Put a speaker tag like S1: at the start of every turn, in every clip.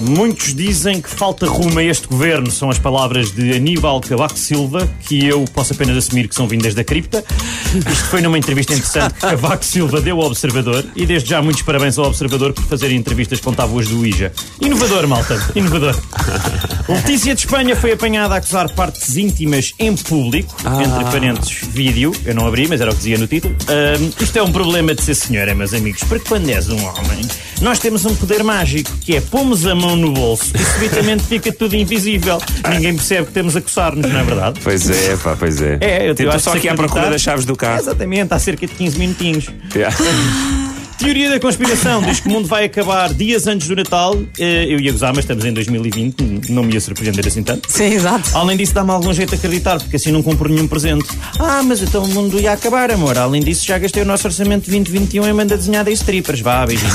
S1: Muitos dizem que falta rumo a este governo, são as palavras de Aníbal Cabaco Silva, que eu posso apenas assumir que são vindas da cripta. Isto foi numa entrevista interessante que Cabaco Silva deu ao Observador, e desde já muitos parabéns ao Observador por fazerem entrevistas com tábuas do IJA. Inovador, malta, inovador. Letícia de Espanha foi apanhada a acusar partes íntimas em público, entre parênteses, vídeo, eu não abri, mas era o que dizia no título. Ahm, isto é um problema de ser senhora, meus amigos, porque quando és um homem, nós temos um poder mágico, que é pomos a mão no bolso e subitamente fica tudo invisível. Ninguém percebe que temos a coçar-nos, não é verdade?
S2: Pois é, pá, pois é.
S1: É, eu- eu
S2: Tentou
S1: acho
S2: só
S1: que
S2: aqui à
S1: acreditar-
S2: procura das chaves do carro.
S1: É Exatamente, há cerca de 15 minutinhos.
S2: Yeah.
S1: Teoria da conspiração diz que o mundo vai acabar dias antes do Natal. Eh, Eu ia gozar, mas estamos em 2020, não me ia surpreender assim tanto.
S3: Sim, exato.
S1: Além disso, dá-me algum jeito a acreditar, porque assim não compro nenhum presente. Ah, mas então o mundo ia acabar, amor. Além disso, já gastei o nosso orçamento de 2021 em banda desenhada e strippers. Vá, beijinho.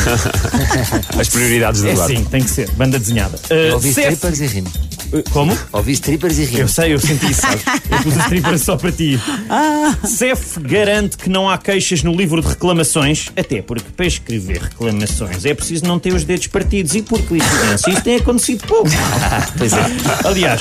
S2: As prioridades do
S1: É
S2: Duarte.
S1: sim, tem que ser. Banda desenhada. Ah,
S4: Ouvi
S1: CF
S4: strippers e rimo.
S1: Como?
S4: Ouvi strippers e
S1: Eu
S4: rimo.
S1: sei, eu senti isso, sabes? Eu pus a stripper só para ti.
S4: Ah.
S1: CEF garante que não há queixas no livro de reclamações, até porque para escrever reclamações é preciso não ter os dedos partidos e por coincidência isto tem acontecido pouco.
S4: Pois é.
S1: Aliás,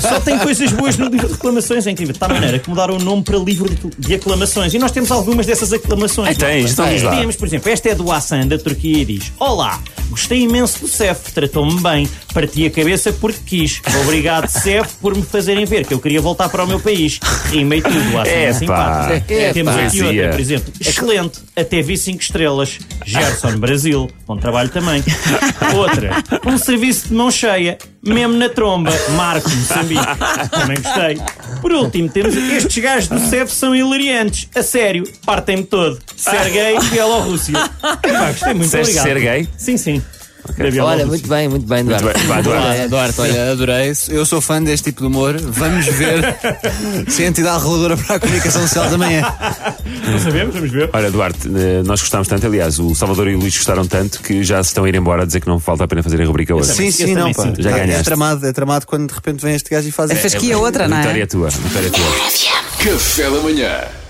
S1: só tem coisas boas no livro de reclamações, é incrível. De tal maneira que mudaram o nome para livro de- de aclamações. E nós temos algumas dessas aclamações.
S2: Ai, tens, então diz lá.
S1: Temos, por exemplo, esta é do Hassan, da Turquia, e diz: Olá, gostei imenso do CEF, tratou-me bem, parti a cabeça porque quis. Obrigado, CEF, por me fazerem ver que eu queria voltar para o meu país. Rimei tudo, Hassan, é
S2: Epá.
S1: simpático.
S4: Epá.
S1: Temos aqui
S2: Poesia.
S1: outra, por exemplo: Excelente, até vi 5 estrelas. Gerson, Brasil, bom trabalho também. Outra: Um serviço de mão cheia, mesmo na tromba, Marco, Moçambique. Também gostei. Por último, temos estes gajos do CEF são hilariantes. A sério, partem-me todo. Serguei, Bielorrússia. Epá, gostei muito,
S2: Disseste
S1: obrigado.
S2: Serguei?
S1: Sim, sim. Da
S4: Olha,
S1: Bielorrússia.
S4: muito bem, muito bem, Duarte.
S2: Muito bem, vá, Duarte.
S4: Olha,
S5: Duarte, olha, adorei. Eu sou fã deste tipo de humor. Vamos ver se a entidade reguladora para a comunicação social da manhã.
S1: Não sabemos, vamos ver.
S2: Olha, Duarte, eh, nós gostámos tanto, aliás, o Salvador e o Luís gostaram tanto que já se estão a ir embora a dizer que não vale a pena fazer a rubrica hoje.
S5: Sim,
S1: eu
S5: sim, não,
S1: também
S5: pá.
S1: sinto.
S2: Já
S5: é
S2: ganhaste.
S5: tramado, é tramado quando de repente vem este gajo e faz
S3: A fasquia é outra, não
S2: Vitória
S3: é?
S2: é tua, vitória é tua.
S6: Café da manhã.